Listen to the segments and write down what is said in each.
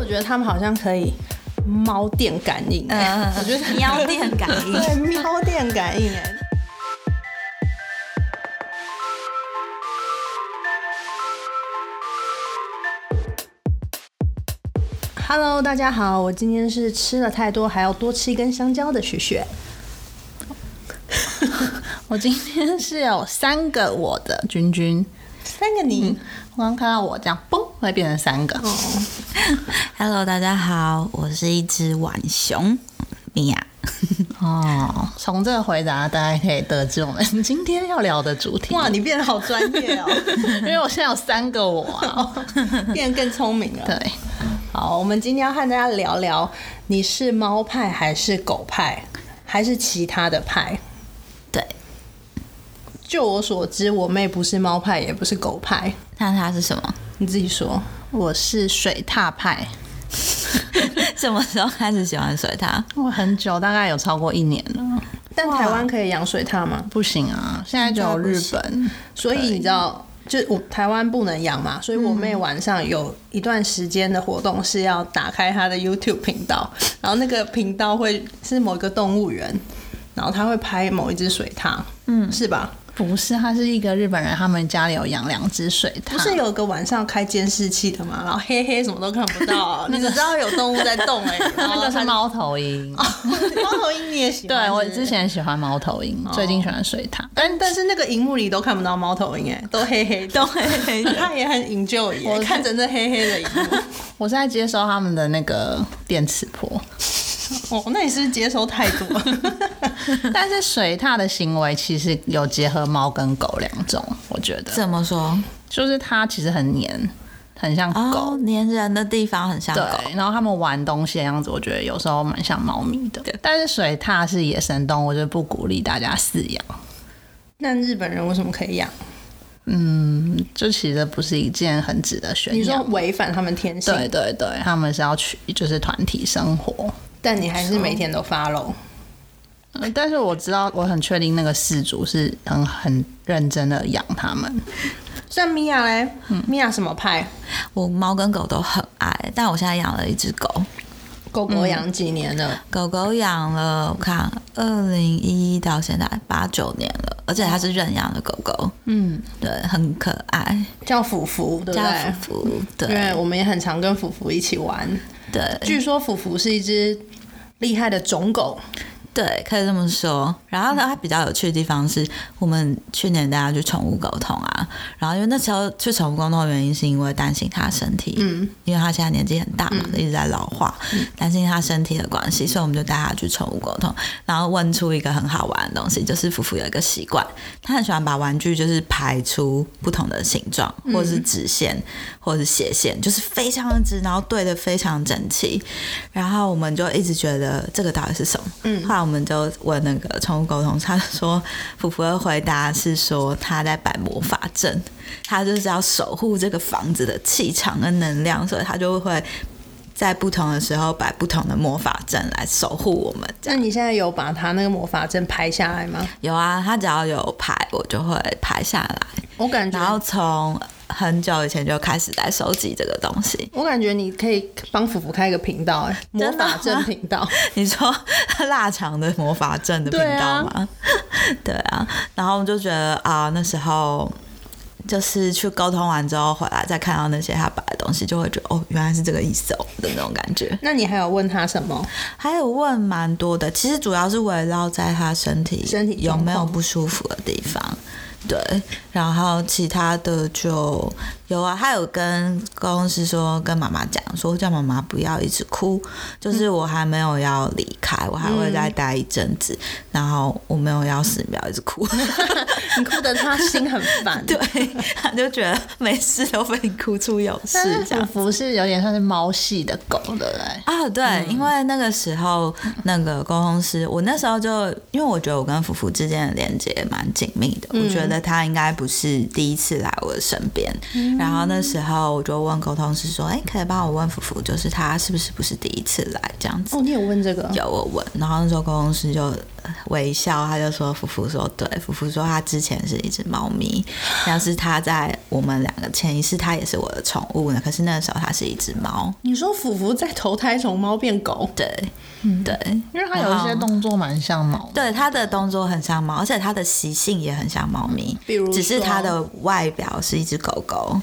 我觉得他们好像可以猫电感应、欸，嗯， 我觉得喵电感应。 对猫电感应、欸。Hello，大家好，我今天是吃了太多，还要多吃一根香蕉的雪雪。我今天是有三个我的君君，三个你，我刚看到我这样嘣，会变成三个。 Hello，大家好，我是一只浣熊，米娅。哦，从这个回答大家可以得知我们今天要聊的主题。哇，你变得好专业 哦，因为我现在有三个我啊。变得更聪明了。 对，好，我们今天要和大家聊聊，你是猫派还是狗派，还是其他的派？对，就我所知，我妹不是猫派，也不是狗派，那它是 什么？你自己说。我是水獭派，什么时候开始喜欢水獭？我很久，大概有超过一年了。但台湾可以养水獭吗？不行啊，现在只有日本。所以你知道，就我台湾不能养嘛，所以我妹晚上有一段时间的活动是要打开她的 YouTube 频道，然后那个频道会是某一个动物园，然后她会拍某一只水獭，嗯，是吧？不是，他是一个日本人，他们家里有养两只水獭。不 是有个晚上开监视器的嘛，然后黑黑什么都看不到、 你只知道有动物在动哎、然那后个是她就猫头鹰。 猫头鹰你也喜欢？对我是不是之前喜欢猫头鹰，最近喜欢水獭。但但是那个荧幕里都看不到猫头鹰，哎，都黑 黑的，都黑黑的。他也很 enjoy，耶我看着那黑黑的荧幕。 我是在接收他们的那个电磁 波，哦，那你是不是接收太多？但是水獭的行为其实有结合猫跟狗两种，我觉得怎么说？就是它其实很黏，很像狗。哦，粘人的地方很像狗。对，然后它们玩东西的样子，我觉得有时候蛮像猫咪的。但是水獭是野生动物，就不鼓励大家饲养。 那日本人为什么可以养？嗯，就其实不是一件很值得宣你说扬。违反他们天性，对对对，他们是要去就是团体生活。但你还是每天都嗯 follow。呃但是我知道，我很确定那个事主是很很认真的养它们。像米娅嘞，嗯米娅什么派？我猫跟狗都很爱，但我现在养了一只狗，狗嗯狗养几年了？狗狗养了我看二零一一到现在八九年了，而且它是认养的狗狗，嗯，对，很可爱，叫福福，对不叫对？福福，因对为我们也很常跟福福一起玩。对。据说福福是一只厉害的种狗，对，可以这么说。然后呢，它比较有趣的地方是我们去年带它去宠物沟通啊，然后因为那时候去宠物沟通的原因是因为担心它身体，嗯，因为它现在年纪很大嘛，一直在老化，担心它身体的关系，所以我们就带它去宠物沟通，然后问出一个很好玩的东西，就是福福有一个习惯，他很喜欢把玩具就是排出不同的形状，或是直线，或是斜线，就是非常的直，然后对的非常整齐。然后我们就一直觉得这个到底是什么？嗯，后来我们就问那个宠物沟通，他就说福福的回答是说他在摆魔法阵，他就是要守护这个房子的气场跟能量，所以他就会。在不同的时候摆不同的魔法阵来守护我们，那你现在有把它那个魔法阵拍下来吗？有啊，他只要有牌，我就会拍下来。我感觉然后从很久以前就开始在收集这个东西。 我感觉你可以帮福福开一个频道、哎，魔真的法吗阵频 道。你说腊肠的魔法阵的频道吗？ 对啊，然后我就觉得啊，那时候就是去沟通完之后回来，再看到那些他摆的东西，就会觉得哦，原来是这个意思哦的那种感觉。那你还有问他什么？还有问蛮多的，其实主要是围绕在他身体身体有状没有况不舒服的地方。对，然后其他的就有啊，他有跟公司说，跟妈妈讲说，叫妈妈不要一直哭，就是我还没有要离开，我还会再待一阵子，然后我没有要死，不要一直哭。 你哭得他心很烦。对，他就觉得每次都被你哭出有事但是这样福。福是有点像是猫系的狗的嘞。啊，对，因为那个时候那个沟通师，我那时候就因为我觉得我跟福福之间的连接蛮紧密的，我觉得他应该不是第一次来我的身边。然后那时候我就问沟通师说：“哎、可以帮我问福福，就是他是不是不是第一次来这样子哦，你有问这个？有我问，然后那时候沟通师就微笑，他就说：“福福说对，福福说他之前是一只猫咪，但是他在我们两个潜意识，他也是我的宠物呢。可是那个时候他是一只猫，你说福福在投胎从猫变狗，对，对，因为它有一些动作蛮像猫的，对，它的动作很像猫，而且它的习性也很像猫咪，比如只是说它的外表是一只狗狗。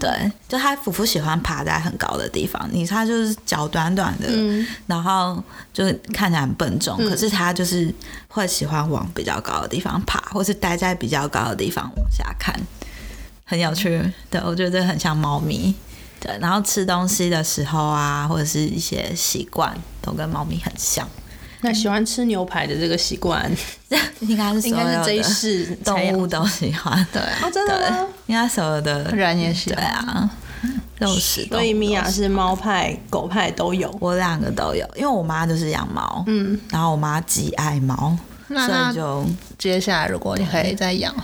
对，就它福福喜欢爬在很高的地方，你它就是脚短短的，嗯然后就是看起来很笨重，可是它就是会喜欢往比较高的地方爬，或是待在比较高的地方往下看，很有趣。对，我觉得很像猫咪。对，然后吃东西的时候啊，或者是一些习惯都跟猫咪很像。那喜欢吃牛排的这个习惯， 应该是应所该有是这一的世才动有物都喜欢，对哦，真的对吗？，应该所有的人也喜对欢。啊，肉食动所以物。米娅是猫派、狗派都有。我两个都有，因为我妈就是养猫，嗯，然后我妈极爱猫，那所那以就接下来如果你可以再养，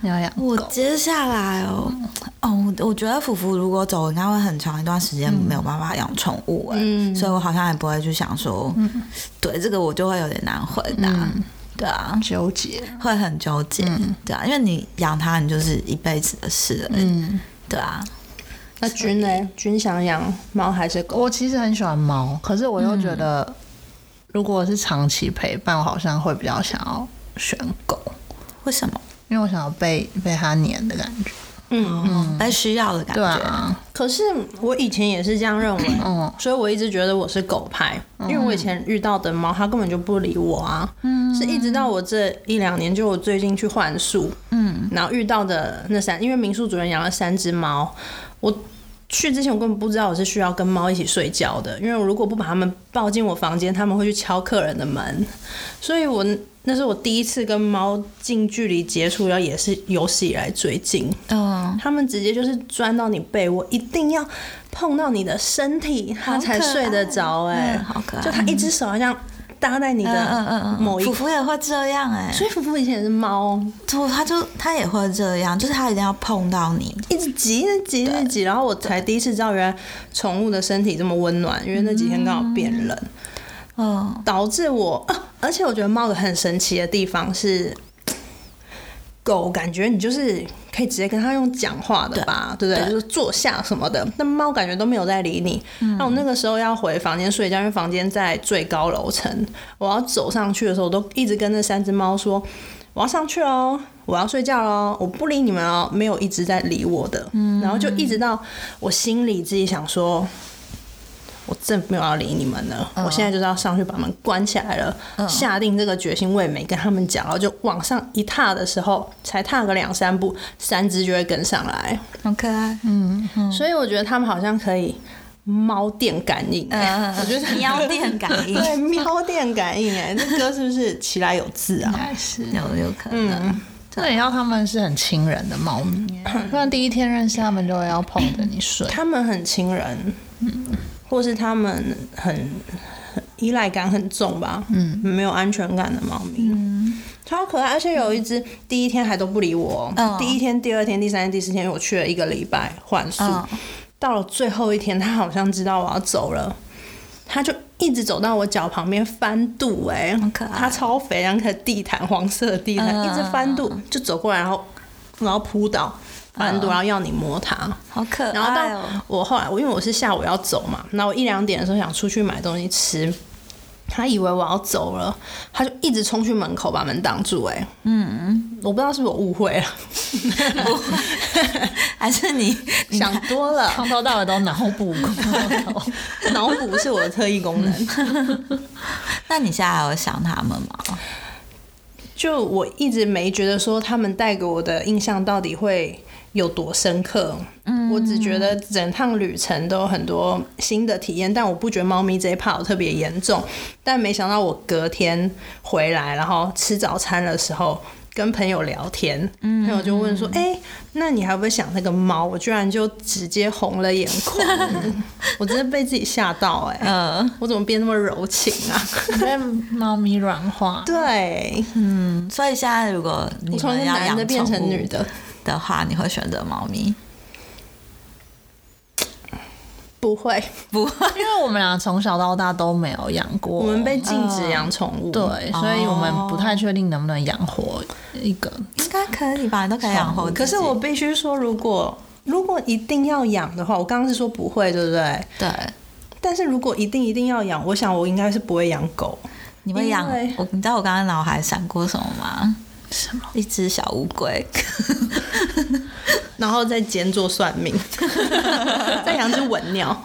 你要养我狗，接下来哦，哦，我我觉得福福如果走，应该会很长一段时间没有办法养宠物、哎、所以我好像也不会去想说，对这个我就会有点难回答，对啊，纠结。会很纠结，对啊，因为你养它，你就是一辈子的事了，嗯，对啊，那君呢？君想养猫还是狗？我其实很喜欢猫，可是我又觉得，如果是长期陪伴，我好像会比较想要选狗，为什么？因为我想要被被它黏的感觉。嗯，被需要的感对觉。啊，可是我以前也是这样认为，嗯所以我一直觉得我是狗派，因为我以前遇到的猫，它根本就不理我啊。嗯，是一直到我这一两年，就我最近去换宿，嗯，然后遇到的那三，因为民宿主人养了三只猫，我。去之前我根本不知道我是需要跟猫一起睡觉的，因为我如果不把它们抱进我房间，它们会去敲客人的门，所以我那是我第一次跟猫近距离接触，然后也是有史以来最近。嗯，他们直接就是钻到你被窝，一定要碰到你的身体，它才睡得着、哎、嗯好可爱就它一只手好像搭在你嗯嗯的嗯，某一福福也会这样哎、所以福福以前也是猫，就他就他也会这样，就是他一定要碰到你，一直挤，一直挤，一直挤，然后我才第一次知道，原来宠物的身体这么温暖，因为那几天刚好变冷，嗯，导致我、啊而且我觉得猫有很神奇的地方是，狗感觉你就是可以直接跟它用讲话的吧，对不对？对就是坐下什么的，那猫感觉都没有在理你。那、我那个时候要回房间睡觉，因为房间在最高楼层，我要走上去的时候，我都一直跟那三只猫说。我要上去喽，我要睡觉喽，我不理你们哦，没有一直在理我的，然后就一直到我心里自己想说，我真的没有要理你们了，我现在就是要上去把门关起来了，嗯下定这个决心，我也没跟他们讲，然后就往上一踏的时候，才踏个两三步，三只就会跟上来，好可爱，嗯所以我觉得他们好像可以猫电感应、嗯欸，我觉得喵电感 应对，喵电感应、欸，哎，这歌是不是其来有自啊？还是有有可能，这也要他们是很亲人的猫咪， 不然第一天认识他们就会要捧着你睡。他们很亲人，或是他们很很依赖感很重吧，嗯，没有安全感的猫咪，嗯超可爱。而且有一只第一天还都不理我，嗯第一天、第二天、第三天、第四天，因为我去了一个礼拜换宿，嗯到了最后一天，它好像知道我要走了。它就一直走到我脚旁边翻肚、欸，哎很可爱，它超肥，像个地毯，黄色的地毯，嗯一直翻肚，就走过来，然后然后扑倒翻嗯肚，然后要你摸它。好可然后爱哦到，我后来，我因为我是下午要走嘛，那我一两点的时候想出去买东西吃，他以为我要走了，他就一直冲去门口把门挡住、哎，嗯，我不知道是不是我误会了，还是你你想多 了， 从头到尾都脑补过， 脑补是我的特异功能。那你现在还有想他们吗？就我一直没觉得说他们带给我的印象到底会有多深刻，嗯，我只觉得整趟旅程都有很多新的体验，但我不觉得猫咪这一趴有特别严重，但没想到我隔天回来，然后吃早餐的时候。跟朋友聊天，嗯朋友就问说：“哎、那你还会想那个猫？”我居然就直接红了眼眶， 我真的被自己吓到哎、嗯，我怎么变那么柔情啊？ 被猫咪软 化。对，嗯所以现在如果你我从一们个要男的养变成宠物女的，的话，你会选择猫咪？不会，不会，因为我们俩从小到大都没有养过，我们被禁止养宠物。对，所以我们不太确定能不能养活一 个。应该可以吧？都可以养活自己。可是我必须说，如果如果一定要养的话，我刚刚是说不会，对不对？对，但是如果一定一定要养，我想我应该是不会养狗。你会养因为我？你知道我刚刚脑海闪过什么吗？什么？一只小乌龟，然后再兼做算命，再养只文鸟。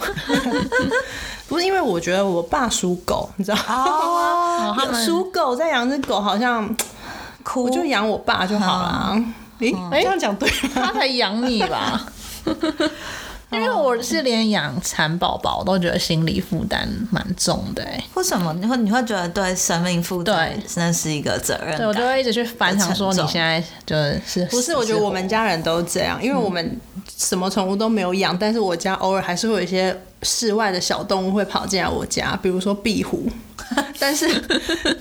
不是因为我觉得我爸属狗，你知道吗？ 哦他们属狗再养只狗好像，哭我就养我爸就好了。诶，这样讲对吗？他才养你 吧？因为我是连养蚕宝宝都觉得心理负担蛮重的、欸，为什么你会你会觉得对生命负担对那是一个责任对我就感？会一直去翻，想说你现在就是不是，我觉得我们家人都这样，因为我们什么宠物都没有养，但是我家偶尔还是会有一些室外的小动物会跑进来我家，比如说壁虎。 但是，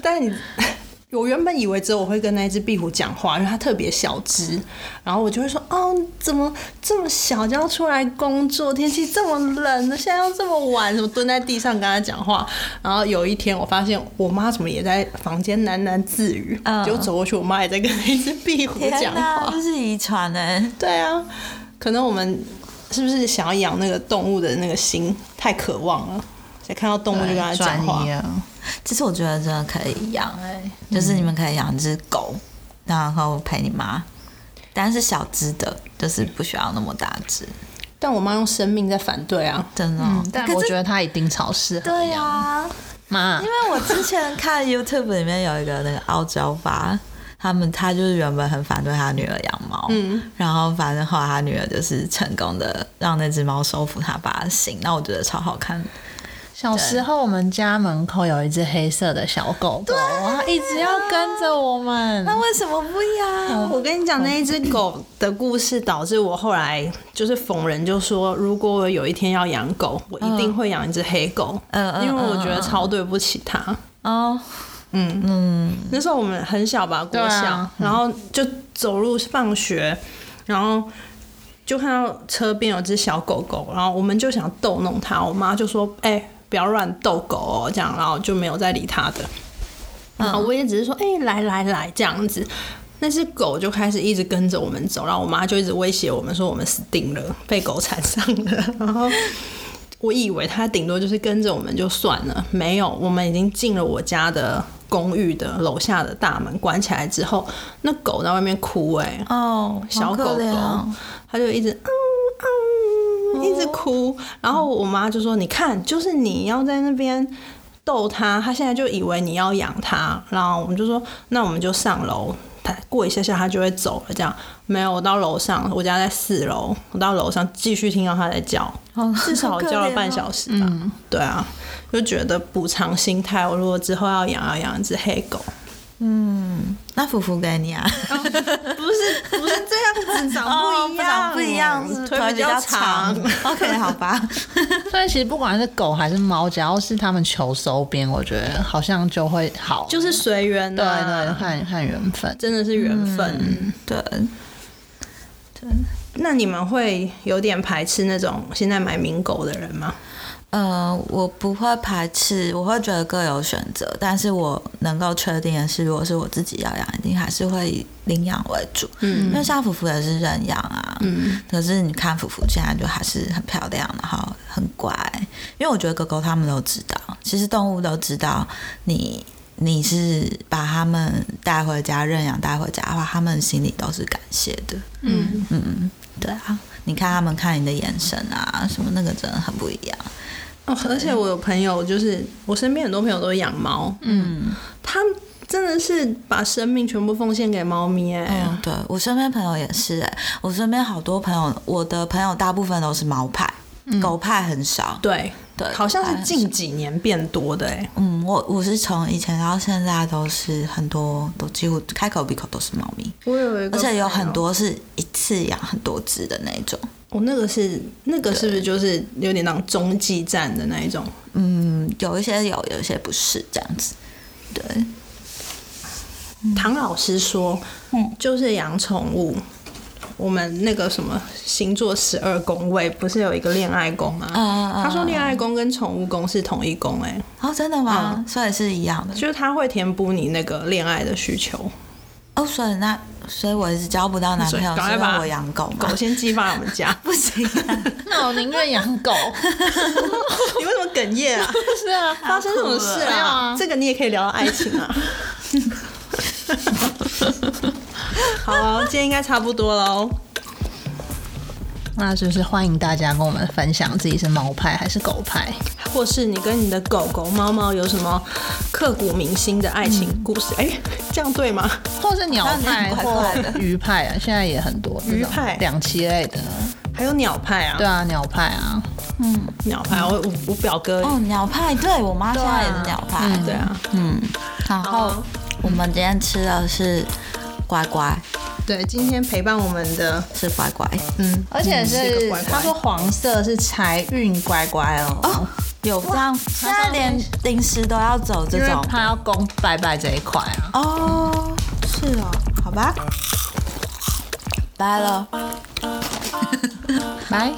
但是你。我原本以为只有我会跟那只壁虎讲话，因为它特别小只，然后我就会说：“哦，怎么这么小就要出来工作？天气这么冷了，现在要这么晚，怎么蹲在地上跟它讲话？”然后有一天，我发现我妈怎么也在房间喃喃自语，嗯结果走过去，我妈也在跟那只壁虎天讲话哪，。这是遗传哎！对啊，可能我们是不是想要养那个动物的那个心太渴望了？才看到动物就跟它讲话转移，了。其实我觉得真的可以养哎、就是你们可以养一只狗，然后陪你妈，但是小只的，就是不需要那么大只，但我妈用生命在反对啊。真的哦、嗯但可是我觉得他一定超适合对呀、啊养妈因，为我之前看 YouTube 里面有一个那个傲娇吧，他们他就是原本很反对他女儿养猫，嗯，然后反正后来他女儿就是成功的让那只猫收服他爸的心，那我觉得超好看的。小时候我们家门口有一只黑色的小狗狗，哇，一直要跟着我们。那为什么不养？我跟你讲，那一只狗的故事导致我后来就是逢人就说，如果我有一天要养狗，我一定会养一只黑狗，嗯嗯因为我觉得超对不起它。哦，那时候我们很小吧，国啊小，然后就走路放学，然后就看到车边有只小狗狗，然后我们就想逗弄它，我妈就说：“哎、不要乱逗狗哦。”这样，然后就没有再理它的。然后我也只是说：“哎、来来来，这样子。”那只狗就开始一直跟着我们走，然后我妈就一直威胁我们说我们死定了，被狗缠上了。然后我以为它顶多就是跟着我们就算了，没有，我们已经进了我家的公寓的楼下的大门，关起来之后，那狗在外面哭、哎，哦，小狗狗，它就一直嗯嗯一直哭，然后我妈就说：“你看，就是你要在那边逗它，它现在就以为你要养它。”然后我们就说：“那我们就上楼，它过一下下它就会走了。”这样没有，我到楼上，我家在四楼，我到楼上继续听到它在叫，至少叫了半小时。时吧。对啊，就觉得补偿心态，我如果之后要养，要养一只黑狗。那福福给你啊，不是不是这样子， 哦长不一样，长哦 不一样，腿比较长。。 OK，好吧。所以其实不管是狗还是猫，只要是他们求收编，我觉得好像就会好。就是啊随缘啊对的、对，看看缘分。真的是缘分。对，那你们会有点排斥那种现在买名狗的人吗？呃，我不会排斥，我会觉得各有选择，但是我能够确定的是，如果是我自己要养，一定还是会以领养为主。嗯，因为像福福也是认养啊，嗯，可是你看福福现在就还是很漂亮，然后很乖，因为我觉得狗狗它们都知道，其实动物都知道你。你是把它们带回家认养带回家的话，它们心里都是感谢的。嗯，对啊，你看它们看你的眼神啊，什么那个真的很不一样。哦，而且我有朋友，就是我身边很多朋友都养猫，嗯，他们真的是把生命全部奉献给猫咪、哎、嗯，对我身边朋友也是、欸，我身边好多朋友，我的朋友大部分都是猫派，嗯狗派很少。对。对，好像狗派是很近少几年变多的哎、嗯，我我是从以前到现在都是很多都几乎开口闭口都是猫咪，我有一个，而且有哦很，多是一次养很多只的那种。我、哦那个是那个是不是就是有点那种中继站的那一种？嗯，有一些有，有一些不是这样子。对，唐老师说，就是养宠物我们那个什么星座十二宫位，不是有一个恋爱宫吗？嗯嗯嗯他说恋爱宫跟宠物宫是同一宫，哎，哦，真的吗？嗯所以是一样的就是它会填补你那个恋爱的需求。哦，所以那所以我一直交不到男朋所友，以赶是快因为把我养狗嘛狗先寄放我们家，不行、啊，那我宁愿养狗。 你为什么哽咽啊？ 是啊，发生什么事没有啊？啊这个你也可以聊到爱情啊。好了，今天应该差不多喽。那就是欢迎大家跟我们分享自己是猫派还是狗派。或是你跟你的狗狗、猫猫有什么刻骨铭心的爱情故事？哎、这样对吗？或是鸟派好像有点怪怪或的鱼派啊，现在也很多鱼派两栖类的，还有鸟派啊，对啊，鸟派啊，鸟派，我我我表哥，哦，鸟派，对我妈现在对也啊是鸟派，对啊，嗯，然好后啊我们今天吃的是乖乖，对，今天陪伴我们的，是乖乖，嗯，而且是一是个乖乖他说黄色是财运乖乖哦，有这样，现在连零食都要走这因为种他要攻拜拜这一块啊。哦，是哦，嗯好吧，拜了。拜。